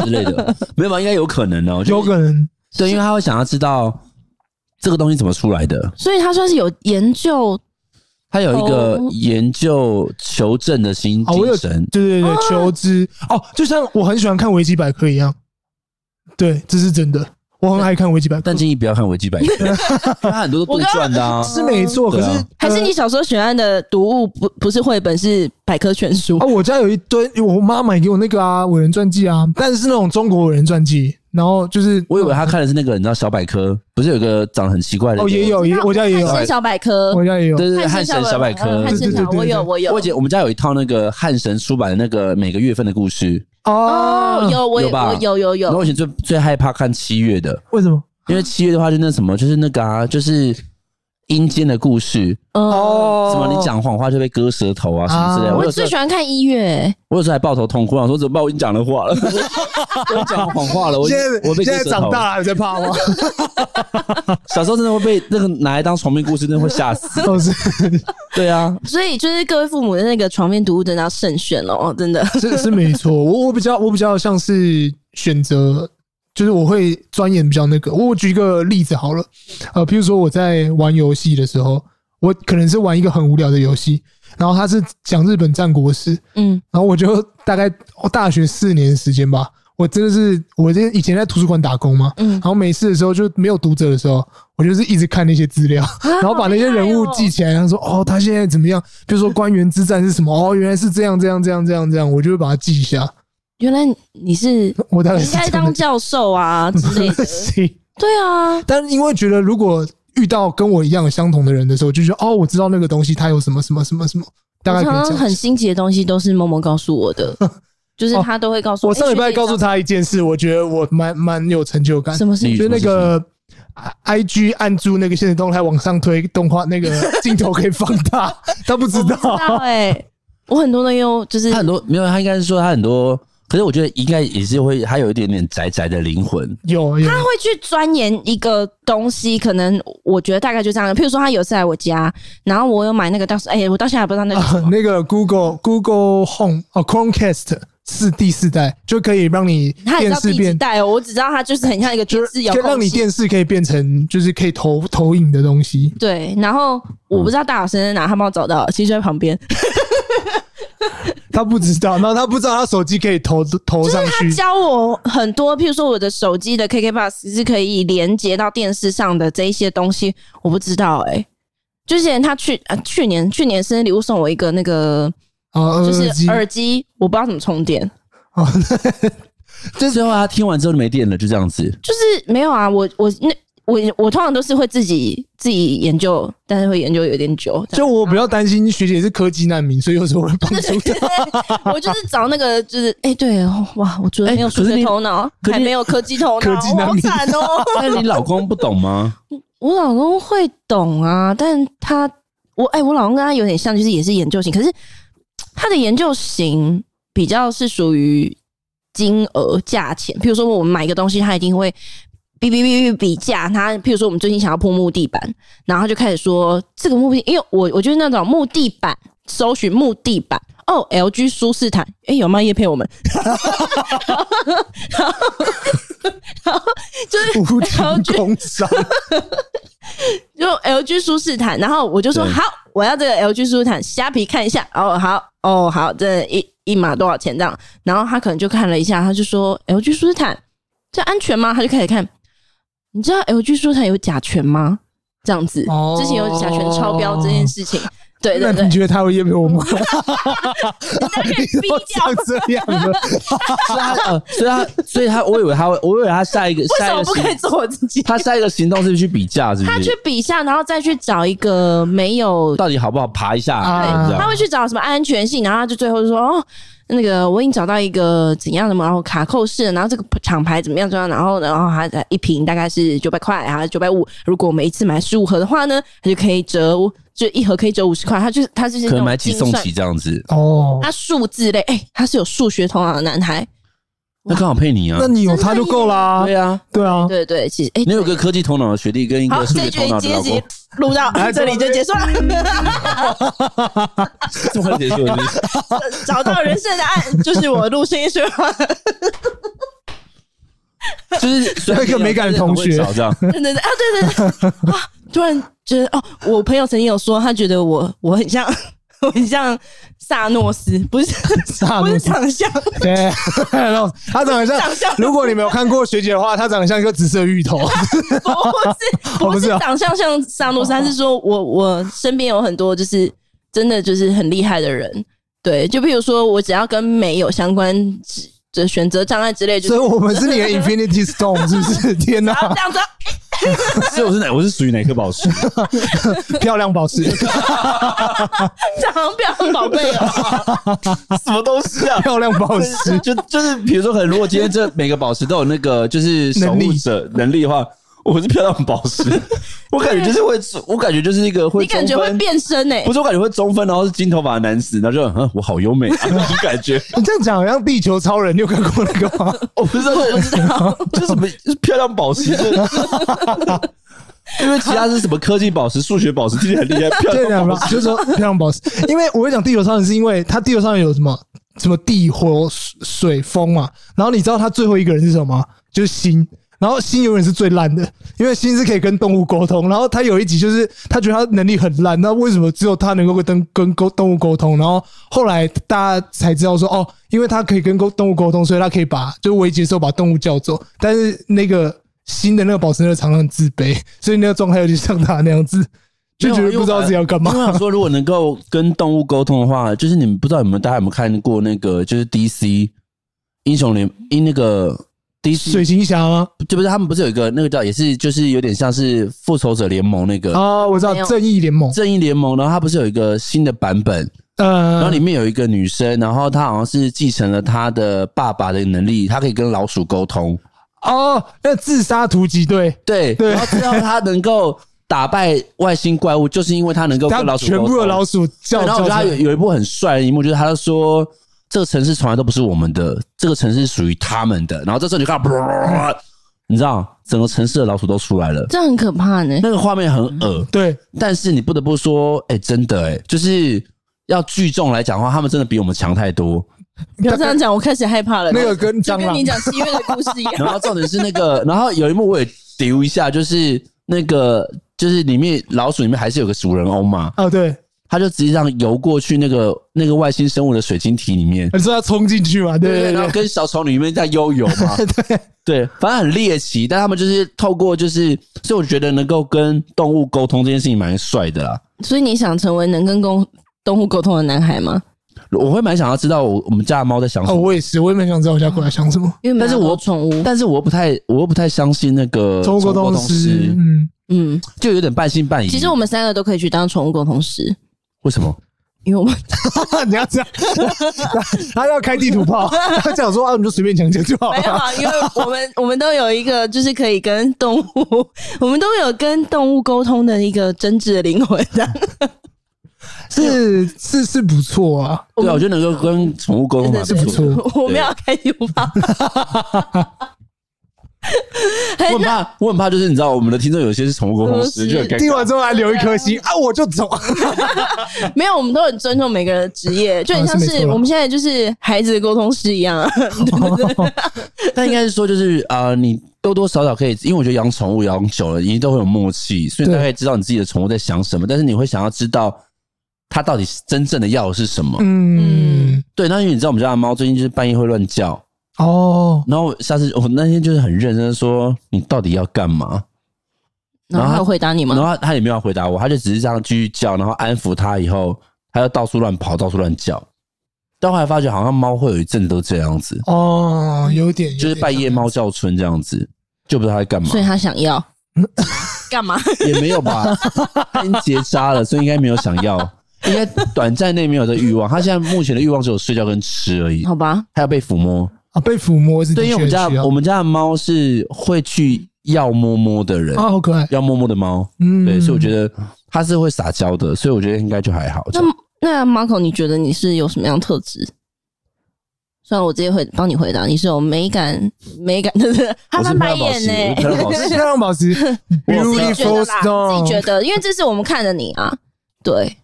B: 之类的， 没有吧？应该有可能哦、就
C: 有可能
B: 对，因为他会想要知道这个东西怎么出来的，
D: 所以他算是有研究，
B: 他有一个
D: 哦
B: 研究求证的心
C: 哦，我有
B: 精
C: 对
B: 神。
C: 对对，求知哦，就像我很喜欢看维基百科一样。对，这是真的，我很爱看维基百科
B: 但。建议不要看维基百科，因为它很多都杜撰的啊。
C: 是没错，可
B: 对
C: 是呃
B: 啊
D: 还是你小时候喜欢的读物不不是绘本，是百科全书
C: 啊，？我家有一堆，我妈买给我那个啊伟人传记啊，但是那种中国伟人传记，然后就是
B: 我以为他看的是那个，你知道小百科，不是有个长得很奇怪的？
C: 哦也，有，也我家也有，哎
D: 汉森小百科，
C: 我家也有，
B: 对对对，
D: 汉
B: 汉神小百科。
D: 汉
C: 对
D: 森
C: 对
D: 小，
C: 对
D: 我有
C: 对
D: 我有
B: 我以。前我们家有一套那个汉神出版的那个每个月份的故事，
D: 哦，有我
B: 有
D: 有
B: 吧
D: 我有有
B: 然后
D: 有
B: 我以前最最害怕看七月的，
C: 为什么？
B: 因为七月的话就那什么，就是那个啊，就是阴间的故事，
D: 哦，
B: 什么你讲谎话就被割舌头啊，什么之类的。
C: 啊
B: 我
D: 我
B: 有时
D: 最
B: 候
D: 喜欢看医院，
B: 我有时候还抱头痛哭，我想说怎么办？我已经讲了话了，我讲谎话了，我已
C: 现
B: 经
C: 在
B: 我被割舌
C: 现在
B: 头
C: 长
B: 了。
C: 大了还在怕吗？
B: 小时候真的会被那个拿来当床边故事，真的会吓死。
C: 哦是
B: 对啊，
D: 所以就是各位父母的那个床边读物真的要慎选哦，真的。
C: 是是没错，我我比较我比较像是选择，就是我会钻研比较那个。我举一个例子好了，呃，譬如说我在玩游戏的时候，我可能是玩一个很无聊的游戏，然后它是讲日本战国史，
D: 嗯，
C: 然后我就大概我大学四年时间吧，我真的是我这以前在图书馆打工嘛，
D: 嗯
C: 然后没事的时候就没有读者的时候，我就是一直看那些资
D: 啊
C: 料，然后把那些人物记起来，然后说哦他现在怎么样，比如说官员之战是什么，哦原来是这样这样这样这样这样，我就会把它记一下。
D: 原来你 是
C: 我大概
D: 应
C: 是这
D: 该
C: 样
D: 当
C: 的。
D: 教授啊之类 的
C: 行，
D: 对啊，
C: 但因为觉得如果遇到跟我一样相同的人的时候，我就觉得哦我知道那个东西它有什么什么什么什么，大概
D: 我
C: 可以
D: 常
C: 这
D: 常
C: 样
D: 很新奇的东西都是默默告诉我的，就是他都会告
C: 哦我
D: 诉我。哎
C: 上礼拜
D: 诶
C: 告诉他一件事，我觉得我蛮蛮有成就感。
D: 什么事
B: 你
C: 就是那个 I G 按住那个现实动态往上推动画，那个镜头可以放大， 他不知
D: 我不知道
C: 道。
D: 哎，我很多都用就是
B: 他很多没有，他应该是说他很多，可是我觉得应该也是会，他有一点点宅宅的灵魂。
C: 有有，
D: 会去钻研一个东西，可能我觉得大概就这样。譬如说，他有一次来我家，然后我有买那个，到时哎、我到现在还不知道那是什
C: 啊
D: 么。
C: 那个 Google Google Home 哦 Chromecast 是第四代，就可以让你
D: 他也
C: 电
D: 知道
C: 视
D: 第几
C: 变，
D: 代哦，我只知道它就是很像一个
C: 就
D: 电
C: 是
D: 视遥
C: 可以
D: 控
C: 让你
D: 器
C: 电视可以变成就是可以投投影的东西。
D: 对，然后我不知道大老师在哪，他帮我找到了，其实就在旁边。
C: 嗯他不知道，然后他不知道他手机可以投投上去。
D: 教我很多，譬如说我的手机的 KK Bus 是可以连接到电视上的这一些东西，我不知道哎、之前他去啊，去年去年生日礼物送我一个那个
C: 啊，
D: 就
C: 机
D: 是耳机，我不知道怎么充电，
B: 这时候他听完之后就没电了，就这样 子。
D: 就是没有啊，我我那我我通常都是会自己自己研究，但是会研究有点久，
C: 就我比较担心学姐是科技难民，所以有时候会帮 助她。
D: 我就是找那个，就是哎、对哦哇，我觉得
B: 哎
D: 没有数
B: 可是
D: 学
B: 你
D: 头脑，
B: 可是
D: 还
B: 你
D: 没有科技头脑，
C: 科技
D: 我
C: 难
D: 好
C: 民
D: 惨哦。
B: 但哎你老公不懂吗？
D: 我老公会懂啊，但他我哎、我老公跟他有点像，就是也是研究型，可是他的研究型比较是属于金额价钱，譬如说我们买一个东西，他一定会。比比比比比价，他譬如说我们最近想要铺木地板，然后他就开始说这个木地，因为我我就是那种木地板，搜寻木地板哦，LG 舒适毯，哎、有吗？叶配我们，然后然后就是
C: 无敌工伤，
D: 就 LG 舒适毯，然后我就说
B: 对
D: 好，我要这个 LG 舒适毯，虾皮看一下，哦好，哦好，这一一码多少钱这样？然后他可能就看了一下，他就说 LG 舒适毯这安全吗？他就开始看，你知道 LG 舒适毯有甲醛吗？这样子，
C: 哦
D: 之前有甲醛超标这件事情，对
C: 那
D: 对对
C: 你，觉得他会厌配我 吗？
D: 大 概逼
C: 都
D: 掉
C: 长这样的，
B: 所以他呃，所以他，所以他，我以为他会，我以为他下一个
D: 为什
B: 下
D: 么
B: 一
D: 不
B: 个
D: 可以
B: 行，
D: 做我自己？
B: 他下一个行动是去比价，是不
D: 他去
B: 是？
D: 比一下，然后再去找一个没有
B: 到底好不好爬一下？哎
C: 啊
B: 这
D: 他
B: 样
D: 会去找什么安全性，然后他就最后就说哦，那个我已经找到一个怎样的嘛，然后卡扣式的，然后这个厂牌怎么样怎么样，然后然后它一瓶大概是九百块，然后九百五，如果我们一次买十五盒的话呢，它就可以折，就一盒可以折五十块，他就是他就是
B: 可
D: 那
B: 能
D: 种
B: 买几
D: 精
B: 送
D: 算
B: 几，这样子，
C: 哦，
D: 他数字类，哎、他是有数学头脑的男孩，
B: 那刚好配你啊
C: 那。你有他就够啦
B: 对。啊，
C: 对啊，
D: 对对，其实哎，
B: 你有个科技头脑的学弟跟一
D: 好，
B: 个数学
D: 这一
B: 头脑
D: 局
B: 的老哎
D: 结
B: 公
D: 局，录到
C: 来
D: 这里就结束了，
B: 这么结束了是不是
D: 找到人生的案就是我录声音说话。
B: 就是虽然
C: 那个美感的同学
B: 就是很会找这样。
D: 对对对啊，对对对啊！突然觉得哦，我朋友曾经有说，他觉得我我很像 我很像萨诺斯，不是
C: 萨
D: 不
C: 诺
D: 是
C: 斯
D: 长相，
C: 对， 然后他长得像
D: 长相，
C: 如果你没有看过学姐的话，他长得像一个紫色芋 头。
D: 不是
C: 哦不
D: 不
C: 是
D: 是
C: 啊哦
D: 长相像萨诺斯，他是说我我身边有很多就是真的就是很厉害的人，对，就比如说我只要跟美有相关的选择障碍之类，就
C: 所以
D: 是
C: 我们是你的 Infinity Stone，是不 是？天哪
D: 然，后这样子，啊
B: 所以我是哪？我是属于哪颗宝石？
C: 漂亮宝 石，
D: 长得非常宝 贝哦，
B: 什么东西 啊？
C: 漂亮宝石。
B: 就就是，比如说，可能如果今天这每个宝石都有那个就是守护者能力的话，我是漂亮宝石，我感觉就是会，我感觉就是一个会
D: 你感觉
B: 中
D: 会
B: 分
D: 变身哎、
B: 不是我感觉会中分，然后是金头发的男子，然后就嗯，我好优美啊，那种感觉。
C: 你这样讲好像地球超人，你有看过那个吗？
B: 我不知道，我不知道，这什么是 漂亮宝石？这因为其他是什么科技宝石、数学宝石，听起来很厉害。漂
C: 对
B: 亮
C: 两
B: 宝
C: 个
B: 石，
C: 就是 说漂亮宝石，因为我会讲地球超人，是因为它地球上有什么什么地火水水风嘛，然后你知道它最后一个人是什么吗？就是心。然后心永远是最烂的，因为心是可以跟动物沟通。然后他有一集就是他觉得他能力很烂，那为什么只有他能够跟跟沟动物沟通？然后后来大家才知道说，哦，因为他可以跟沟动物沟通，所以他可以把就危机的时候把动物叫走。但是那个新的那个宝石那个常常很自卑，所以那个状态有点像他那样子，就觉得不知道自己要干嘛
B: 因。 为我想说，如果能够跟动物沟通的话，就是你们不知道有没有大家有没有看过那个，就是 DC 英雄联因那个 DC
C: 水行侠吗？
B: 就不是他们不是有一个那个叫也是就是有点像是复仇者联盟那个、
C: 啊，我知道
D: 没有
C: 正义联盟，
B: 正义联盟，然后它不是有一个新的版本，
C: 呃，
B: 然后里面有一个女生，然后她好像是继承了她的爸爸的能力，她可以跟老鼠沟通，
C: 哦，那自杀突击队，
B: 对，
C: 对
B: 然后最后她能够打败外星怪物，就是因为她能够跟
C: 他
B: 老鼠
C: 全部的老
B: 鼠
C: 鼠
B: 对。
C: 叫
B: 然后我
C: 叫
B: 觉得她
C: 出
B: 有
C: 来。
B: 有一部很帅的一幕，就是她说。这个城市从来都不是我们的，这个城市属于他们的。然后这时候你就看到，
C: 嗯
B: 噗你知道，整个城市的老鼠都出来了，
D: 这很可怕呢、
B: 那个画面很恶
C: 对，
B: 但是你不得不说，哎、真的、哎，就是要聚众来讲的话，他们真的比我们强太多。
D: 不要这样讲，我开始害怕了。
C: 那个跟
D: 就
C: 蟑
D: 跟
C: 螂
D: 你讲七月的故事一样，
B: 然后重点是那个，然后有一幕我也丢一下，就是那个，就是里面老鼠里面还是有个主人翁嘛，
C: 啊，对，
B: 他就直接这样游过去那个那个外星生物的水晶体里面，
C: 你说要冲进去嘛？
B: 对
C: 对对
B: 然后
C: 对
B: 跟小丑女里面在悠游嘛，
C: 对，
B: 对，反正很猎奇，但他们就是透过就是，所以我觉得能够跟动物沟通这件事情蛮帅的啦。
D: 所以你想成为能跟公动物沟通的男孩吗？
B: 我会蛮想要知道我我们家的猫在想什
C: 哦，
B: 么。
C: 我也是，我也没想知道我家过来想什么。
D: 因为
B: 但是
D: 每个
B: 我
D: 宠物，
B: 但是我又不太，我又不太相信那个
C: 中国东
B: 师
C: 西，，嗯，
D: 嗯，
B: 就有点半信半疑。
D: 其实我们三个都可以去当宠物沟通师，
B: 为什么？
D: 因为 我们
C: 你要这样， 他要开地图 炮，他讲说啊，你就随便讲讲就好
D: 没有
C: 了。
D: 啊，因为我们我们都有一个就是可以跟动物，我们都有跟动物沟通的一个真挚的灵魂 的。
C: 是是是不错啊，
B: 对啊，我觉得能够跟宠物沟通蛮
D: 真
C: 的
B: 不
C: 是
B: 错的。
D: 我们要开地图炮，
B: 我很怕，我很怕，就是你知道，我们的听众有些是宠物沟通师，
D: 嗯
B: 就很尴
C: 听完
B: 尬。
C: 之后还留一颗心啊，我就走。
D: 没有，我们都很尊重每个人的职业，就很像
C: 啊是没
D: 是
C: 错啦
D: 我们现在就是孩子的沟通师一样啊。
B: 但应该是说，就是啊、呃你多多少少可以，因为我觉得养宠物养久了，一定都会有默契，所以你
C: 对
B: 大概知道你自己的宠物在想什么。但是你会想要知道它到底真正的要的是什么。
C: 嗯
D: 嗯，
B: 对，那因为你知道我们家的猫最近就是半夜会乱叫，
C: 哦，
B: 然后我下次我那天就是很认真的说，你到底要干嘛？然
D: 然
B: 后
D: 后
B: 他
D: 他有回答你
C: 嗯
B: 然
D: 吗？
B: 后他他也没有回答我，他就只是这样继续叫，然后安抚他以后，他又到处乱跑，到处乱叫。但后来发觉，好像猫会有一阵子都这样子，
C: 哦，有点，
B: 就是半夜猫叫春这样子，就不知道它在干嘛
D: 所，以他想要 干嘛？
B: 也没有吧， 它已经结扎了，所以应该没有想要，应该短暂内没有这欲望。它现在目前的欲望只有睡觉跟吃而已，
D: 好吧，
B: 它要被抚摸。
C: 啊，被抚摸是的
B: 对，因为我
C: 确啊
B: 们
C: 需
B: 家
C: 要
B: 我们家的猫是会去要摸摸的人，
D: 哦
C: 啊，好可爱，
B: 要摸摸的猫。
C: 嗯，
B: 对，所以我觉得它是会撒娇的，所以我觉得应该就还好。这
D: 那
B: 样
D: 那 Marco，你觉得你是有什么样的特质？虽然我直接回帮你回答，你是有美感，美 感，对对，他
B: 我是漂
D: 翻白
B: 亮宝
D: 眼
B: 石，
D: 呢、
B: 我是漂亮宝石
C: 这是。嗯 漂亮宝石
D: 自己觉得
C: ，beautiful
D: 啦，自己觉
C: stone，
D: 得，因为这是我们看着你啊，对，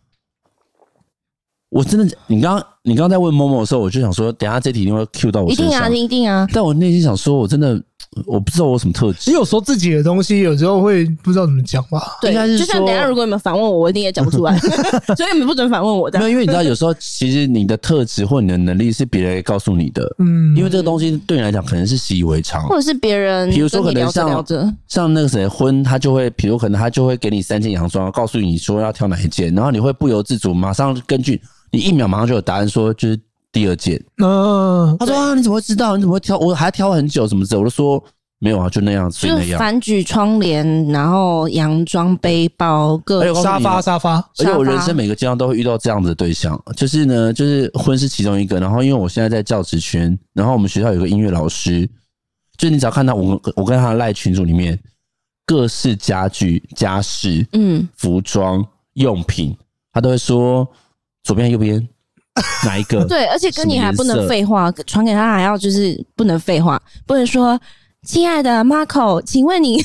B: 我真的，你刚刚你刚刚在问某某的时候，我就想说，等一下这题一定会 Q 到我
D: 一
B: 身
D: 定啊，
B: 上。
D: 一定啊，
B: 但我内心想说，我真的我不知道我有什么特
C: 只
B: 质。
C: 有说自己的东西，有时候会不知道怎么讲吧。
D: 对
B: 应该，是
D: 就像
B: 说
D: 等一下如果你们反问我，我一定也讲不出 来，所以你们不准反问我
B: 没有，
D: 的。
B: 因为你知道，有时候其实你的特质或你的能力是别人告诉你的，
C: 嗯，
B: 因为这个东西对你来讲可能是习以为常
D: 或。者是别人，
B: 比如说可能
D: 聊着
B: 像
D: 聊着，
B: 像那个谁婚，他就会，比如可能他就会给你三件洋装，告诉你说要挑哪一件，然后你会不由自主马上根据你一秒马上就有答案说就是第二件。
C: 嗯，
B: 他说啊，你怎么会知道？你怎么会挑？我还挑很久什么之类的，我就说没有啊，就那样，所以
D: 就
B: 那
D: 是
B: 样。
D: 反举窗帘，然后洋装、背包、各
B: 哎呦
C: 沙发沙发，
B: 而且我人
D: 沙发
B: 生每个阶段都会遇到这样子的对象，就是呢，就是婚是其中一个。然后因为我现在在教职圈，然后我们学校有个音乐老师，就你只要看到我，我跟他的赖群组里面，各式家具、家饰、
D: 嗯，
B: 服装用品，他都会说左边还是右边哪一个？
D: 对，而且跟你
B: 什么
D: 还
B: 颜
D: 不
B: 色
D: 能废话，传给他还要就是不能废话，不能说亲爱的 Marco，请 问你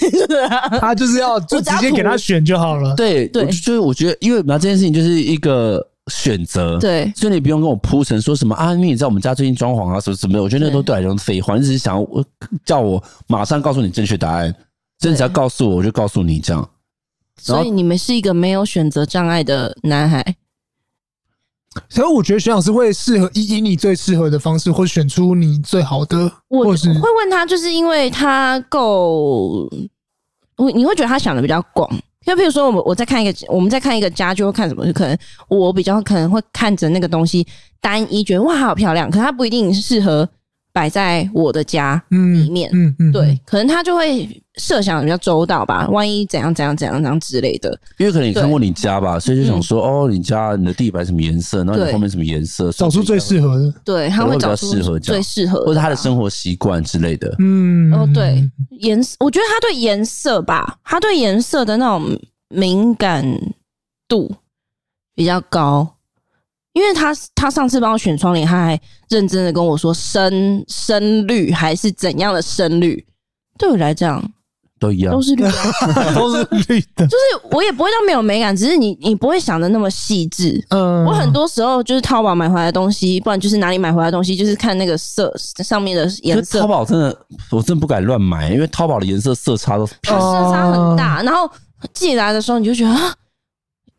C: 他就是要就直接给他选就好了。
B: 对
D: 对
B: 我就就是我觉得，因为拿这件事情就是一个选择，，
D: 对
B: 所以你不用跟我铺陈说什么啊，因为你知道我们家最近装潢啊什么什么的，我觉得那
D: 对
B: 都对我来讲废话，你只是想要我叫我马上告诉你正确答案，所以你只要告诉我，我就告诉你这样。然
D: 所
B: 后
D: 以你们是一个没有选择障碍的男孩。
C: 所以我觉得徐老师会适合以以你最适合的方式，或选出你最好的，
D: 我
C: 或是
D: 会问他，就是因为他够，我你会觉得他想的比较广。就比如说，我们我在看一个，我们在看一个家具，会看什么？就可能我比较可能会看着那个东西单一，觉得哇好漂亮，可它不一定适合摆在我的家
C: 嗯
D: 里面。
C: 嗯嗯，
D: 对，可能他就会设想得比较周到吧，万一怎样怎样怎样怎样之类的。
B: 因为可能你
D: 对
B: 看过你家吧，所以就想说、哦，你家你的地板什么颜色，然后你
D: 对
B: 后面什么颜色，
C: 找出最适合的。
D: 对，他
B: 可能
D: 会
B: 会比
D: 找
B: 较
D: 出
B: 适合这
D: 最
B: 样
D: 适合，啊
B: 合，或者他的生活习惯之类的。
C: 嗯，
D: 哦，对，颜色，我觉得他对颜色吧，他对颜色的那种敏感度比较高，因为他他上次帮我选窗帘，他还认真的跟我说深深绿还是怎样的深绿，对我来讲
B: 都一样
D: 都。是绿、啊，
C: 都是绿的。
D: 就是我也不会到没有美感，只是你你不会想的那么细致，
C: 嗯，
D: 我很多时候就是淘宝买回来的东西，不然就是哪里买回来的东西，就是看那个色上面的
B: 因为
D: 颜色
B: 淘，宝真的，我真的不敢乱买，因为淘宝的颜色色差都
D: 它色差很大。然后寄来的时候，你就觉得啊，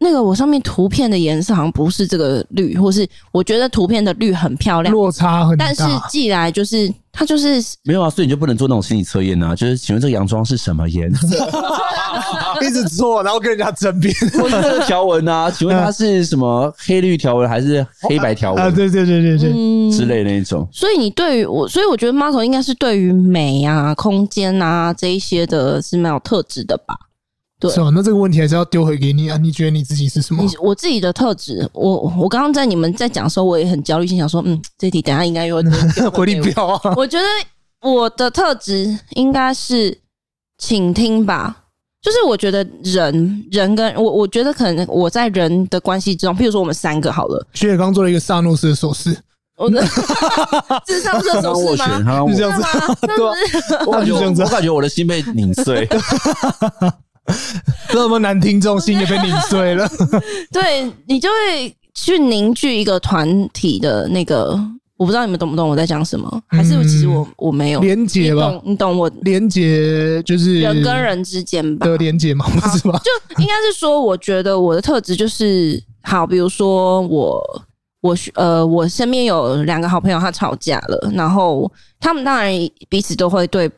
D: 那个我上面图片的颜色好像不是这个绿，或是我觉得图片的绿很漂亮，
C: 落差很大，
D: 但是呃寄来就是它就是
B: 没有啊，所以你就不能做那种心理测验啊。就是请问这个洋装是什么颜色？
C: 一直错，然后跟人家争辩
B: 或是这个条纹啊？请问它是什么黑绿条纹还是黑白条
C: 啊！
B: 纹
C: 对对对对对，
D: 嗯
B: 之。类那一种？
D: 所以你对于我，所以我觉得 Marco 应该是对于美啊、空间啊这一些的是蛮有特质的吧。对
C: 是吧？那这个问题还是要丢回给你啊！你觉得你自己是什么
D: 你？我自己的特质，我我刚刚在你们在讲的时候，我也很焦虑，心想说，嗯，这题等一下应该 又会
C: 回力镖啊！
D: 我觉得我的特质应该是倾听吧，就是我觉得人人跟我，我觉得可能我在人的关系之中，譬如说我们三个好了，
C: 薛雪刚做了一个萨诺斯的手势，
D: 我的智商射
B: 刚
D: 手
B: 斡
D: 是
B: 旋，
D: 吗？
B: 他让我
C: 是这
D: 这
C: 样
D: 样
C: 子啊
D: 吗？那不是
B: 我感觉
C: 就这样子
B: 我感觉我的心被拧 碎。
C: 这么男听众心也被拧碎了。
D: 对你就会去凝聚一个团体的那个。我不知道你们懂不懂我在讲什么，还是其实我我没有
C: 嗯连
D: 你
C: 结吧
D: 懂，你懂我
C: 连结就是
D: 人跟人啊之间吧，
C: 的连结嘛，不是吧？
D: 就 应该是说，我觉得我的特质就是好，比如说我我呃，我身边有两个好朋友，他吵架了，然后他们当然彼此都会对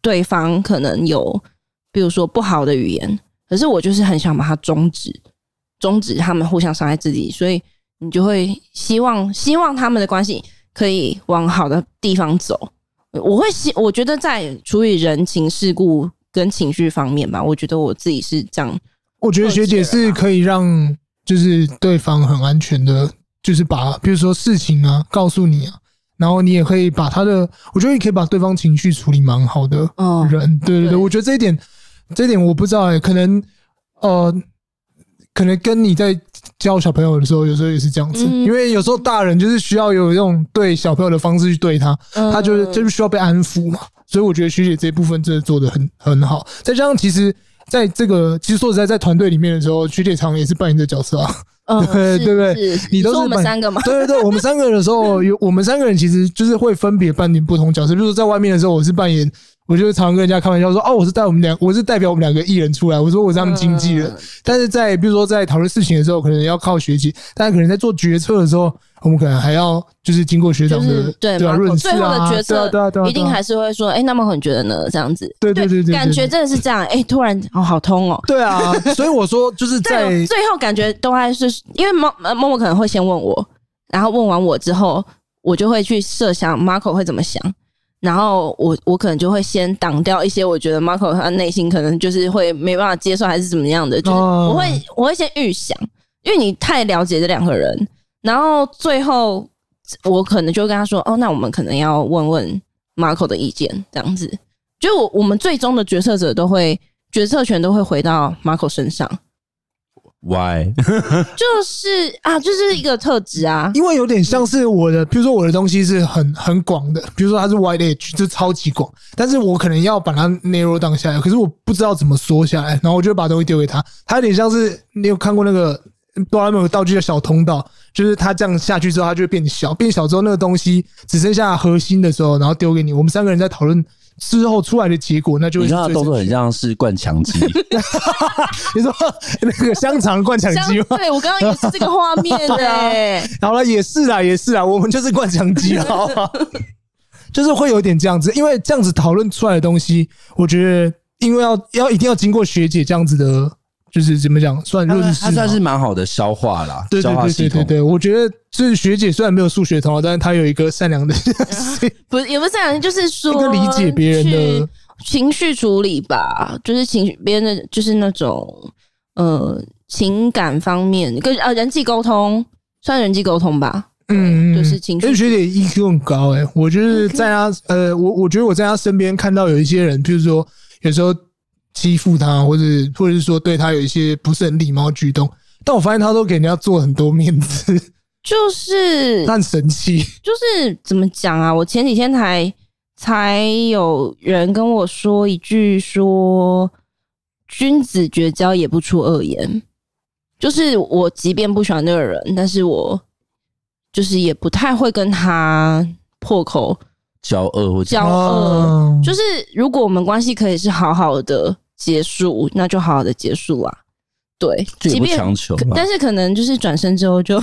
D: 对方可能有，比如说不好的语言，可是我就是很想把它终止，终止他们互相伤害自己，所以你就会希望希望他们的关系可以往好的地方走。我会希，我觉得在处理人情世故跟情绪方面吧，我觉得我自己是这样。
C: 我觉得学姐是可以让就是对方很安全的，就是把比如说事情啊告诉你啊，然后你也可以把他的，我觉得你可以把对方情绪处理蛮好的
D: 哦
C: 人，对对对，
D: 对
C: 我觉得这一点，这一点我不知道哎、可能呃，可能跟你在教小朋友的时候，有时候也是这样子，
D: 嗯
C: 因为有时候大人就是需要有这种对小朋友的方式去对他，
D: 嗯
C: 他就是就是需要被安抚嘛。所以我觉得学姐这一部分真的做的很很好，再加上其实。在这个，其实说实在，在团队里面的时候，学姐常也是扮演这角色啊。
D: 嗯，
C: 对
D: 是
C: 对不
D: 是是
C: 你都
D: 说
C: 是
D: 我们
C: 本
D: 三个吗？
C: 对对对，我们三个人的时 候，有我们三个人其实就是会分别扮演不同角色。比如说在外面的时候，我是扮演，我就常跟人家开玩笑说，哦，我是带我们两，我是代表我们两个艺人出来，我说我是他们经纪人。但是在比如说在讨论事情的时候，可能要靠学姐，但可能在做决策的时候，我们可能还要就是经过学长
D: 就
C: 的、
D: 是对
C: 对啊
D: 马口
C: 润饰
D: 最后的
C: 啊，
D: 决策
C: 对啊对啊对啊，对啊
D: 一定还是会说，哎、那么你觉得呢？这样子，
C: 对对对对
D: 感
C: 对
D: 觉真的是这样。哎、突然哦，好痛哦。
C: 对啊。所以我说就是在
D: 但最后感觉都还是因为默呃默默可能会先问我，然后问完我之后，我就会去设想 Marco 会怎么想，然后我我可能就会先挡掉一些我觉得 Marco 他内心可能就是会没办法接受还是怎么样的，就是
C: 哦
D: 我会我会先预想，因为你太了解这两个人，然后最后我可能就跟他说，哦，那我们可能要问问 Marco 的意见，这样子。就我我们最终的决策者都会决策权都会回到 Marco 身上，
B: Why？
D: 就是啊，就是一个特质啊，
C: 因为有点像是我的，比如说我的东西是很很广的，比如说它是 wide edge，这超级广，但是我可能要把它 narrow down 下来，可是我不知道怎么缩下来，然后我就把东西丢给他，他有点像是你有看过那个哆啦 A 梦有道具的小通道，就是它这样下去之后，它就会变小，变小之后那个东西只剩下核心的时候，然后丢给你，我们三个人在讨论。之后出来的结果，那就
B: 你
C: 会是
B: 看他的
C: 最
B: 动作很像是灌肠 机，
C: 你说那个香肠灌肠
D: 像
C: 机吗？
D: 对我刚刚也是这个画 面哎、
C: 好了，也是啦，也是啦，我们就是灌肠机，好 不好？就是会有点这样子，因为这样子讨论出来的东西，我觉得因为要要一定要经过学姐这样子的，就是怎么讲，算
B: 他
C: 论
B: 算
C: 述
B: 他算
C: 吗
B: 是蛮好的消化啦，
C: 对对
B: 消化
C: 对
B: 系
C: 对对
B: 统。
C: 对，我觉得就是学姐虽然没有数学头脑，但是她有一个善良的心，
D: 不是也不是这样，就是 说
C: 一个理解别人的
D: 去情绪处理吧，就是情绪别人的就是那种呃情感方面跟呃人际沟通，算人际沟通吧，
C: 嗯，嗯
D: 就是情绪 E
C: 因为学姐 EQ 很高诶、我就是在她呃，我我觉得我在她身边看到有一些人，譬如说有时候欺负她，或者或者是说对她有一些不是很礼貌的举动，但我发现她都给人家做很多面子，
D: 就是
C: 她很神 气。
D: 就是怎么讲啊？我前几天才才有人跟我说一句说，君子绝交也不出恶言。就是我即便不喜欢那个人，但是我就是也不太会跟他破口
B: 骄傲或者
D: 交恶。
C: 哦
D: 就是如果我们关系可以是好好的结束，那就好好的结束啦。对，
B: 这也
D: 即
B: 不
D: 便
B: 强求
D: 可
B: 吧。
D: 但是可能就是转身之后 就，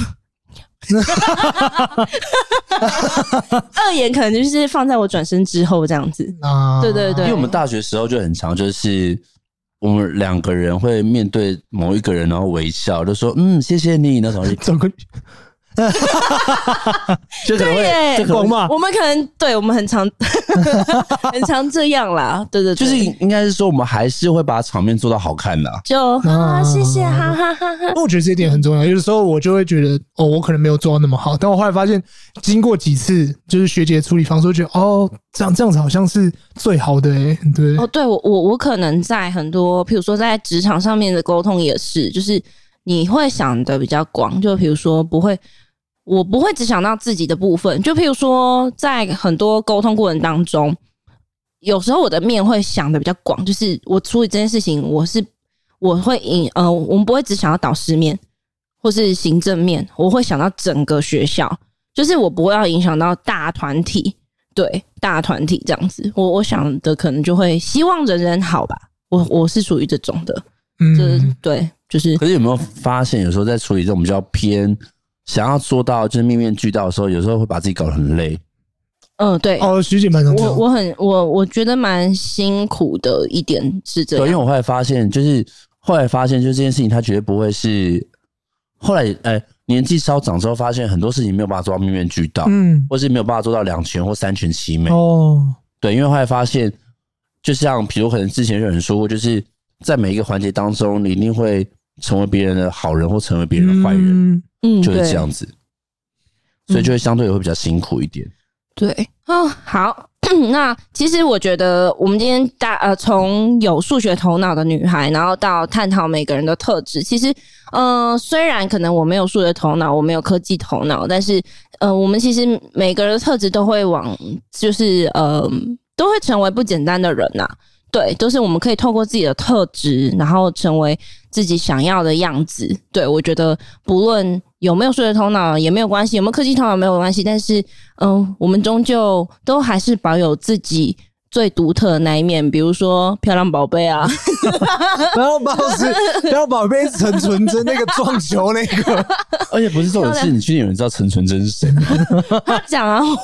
D: 恶言可能就是放在我转身之后这样子。
C: 啊
D: 对对对
B: 因为我们大学时候就很常，就是我们两个人会面对某一个人，然后微笑，就说嗯谢谢你 那种，
C: 整个
B: 就可能
D: 对
B: 会
D: 耶
B: 就可能
C: 懂
B: 会
C: 吗？
D: 我们可能对我们很常 很常这样啦，对对对
B: 就是应该是说我们还是会把场面做到好看的啊、
D: 就啊，谢谢，哈哈哈哈。
C: 我觉得这一点很重要。有的时候我就会觉得，哦，我可能没有做到那么好，但我后来发现，经过几次就是学姐的处理方式，我觉得哦，这样这样子好像是最好的、欸，对。
D: 哦，对我我我可能在很多，譬如说在职场上面的沟通也是，就是你会想的比较广，就比如说不会，我不会只想到自己的部分，就譬如说在很多沟通过程当中，有时候我的面会想的比较广，就是我处理这件事情，我是我会引呃，我们不会只想到导师面或是行政面，我会想到整个学校，就是我不会要影响到大团体，对大团体这样子，我我想的可能就会希望人人好吧，我我是属于这种的，就是、
C: 嗯，
D: 对，就 是
B: 可是有没有发现，有时候在处理这种比较偏想要做到就是面面俱到的时候，有时候会把自己搞得很累。
D: 嗯、对。
C: 哦，学姐蛮常这
D: 我
C: 样。
D: 我很我我觉得蛮辛苦的一点是这
B: 对，因为
D: 样，
B: 我后来发现，就是后来发现，就是这件事情，它绝对不会是后来哎、年纪稍长之后，发现很多事情没有办法做到面面俱到，
C: 嗯，
B: 或是没有办法做到两全或三全其美。
C: 哦，
B: 对，因为后来发现，就像比如可能之前有人说过，就是在每一个环节当中，你一定会成为别人的好人或成为别人的坏人，
C: 嗯
D: 嗯，
B: 就是
D: 对
B: 这样子。所以就会相对会比较辛苦一点。
D: 对，哦，好， 那其实我觉得我们今天大呃，从有数学头脑的女孩，然后到探讨每个人的特质，其实，呃，虽然可能我没有数学头脑，我没有科技头脑，但是，呃，我们其实每个人的特质都会往，就是呃，都会成为不简单的人呐、对，都是我们可以透过自己的特质，然后成为自己想要的样子。对我觉得，不论有没有数学头脑也没有关系，有没有科技头脑也没有关系，但是嗯，我们终究都还是保有自己最独特的那一面，比如说漂亮宝贝啊，
C: 然后宝是，然后宝贝是陈纯真那个撞球那个，
B: 而且不是重点是，你确定有人知道陈纯真是 谁吗？
D: 讲啊，我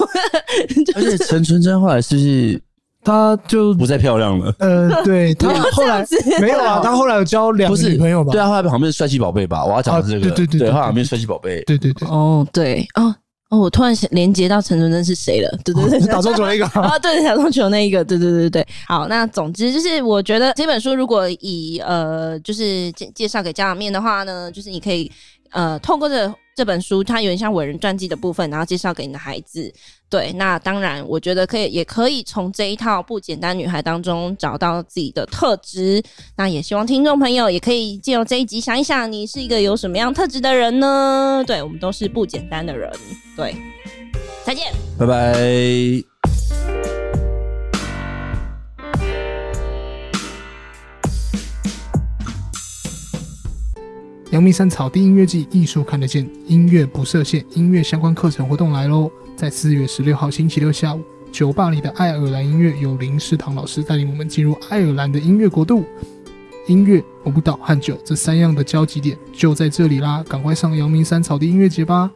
B: 而且陈纯真后来是不是
C: 他就
B: 不再漂亮了？
C: 呃，对 他后来
D: 这样子
C: 没有啊，他后来有交两
B: 不
C: 个
B: 是
C: 女朋友吧？
B: 对啊，后来旁边是帅气宝贝吧？我要讲的是这个，
C: 啊对对对对
B: 后来旁边是帅气宝贝，
C: 对对对，
D: 哦，对，哦哦，我突然想连接到陈纯真是谁了，对哦对对，
C: 哦是打中球那 个。
D: 啊，对，小棕球那一个，对对对对。好，那总之就是，我觉得这本书如果以呃，就是介介绍给家长面的话呢，就是你可以呃，透过这这本书，它有点像伟人传记的部分，然后介绍给你的孩子。对，那当然，我觉得可以，也可以从这一套不简单女孩当中找到自己的特质。那也希望听众朋友也可以借由这一集想一想，你是一个有什么样特质的人呢？对我们都是不简单的人。对，再见。
B: 拜拜。
C: 阳明山草地音乐季，艺术看得见，音乐不设限，音乐相关课程活动来喽！在四月十六号星期六下午，酒吧里的爱尔兰音乐由林世堂老师带领我们进入爱尔兰的音乐国度。音乐、舞蹈和酒这三样的交集点就在这里啦！赶快上阳明山草地音乐节吧！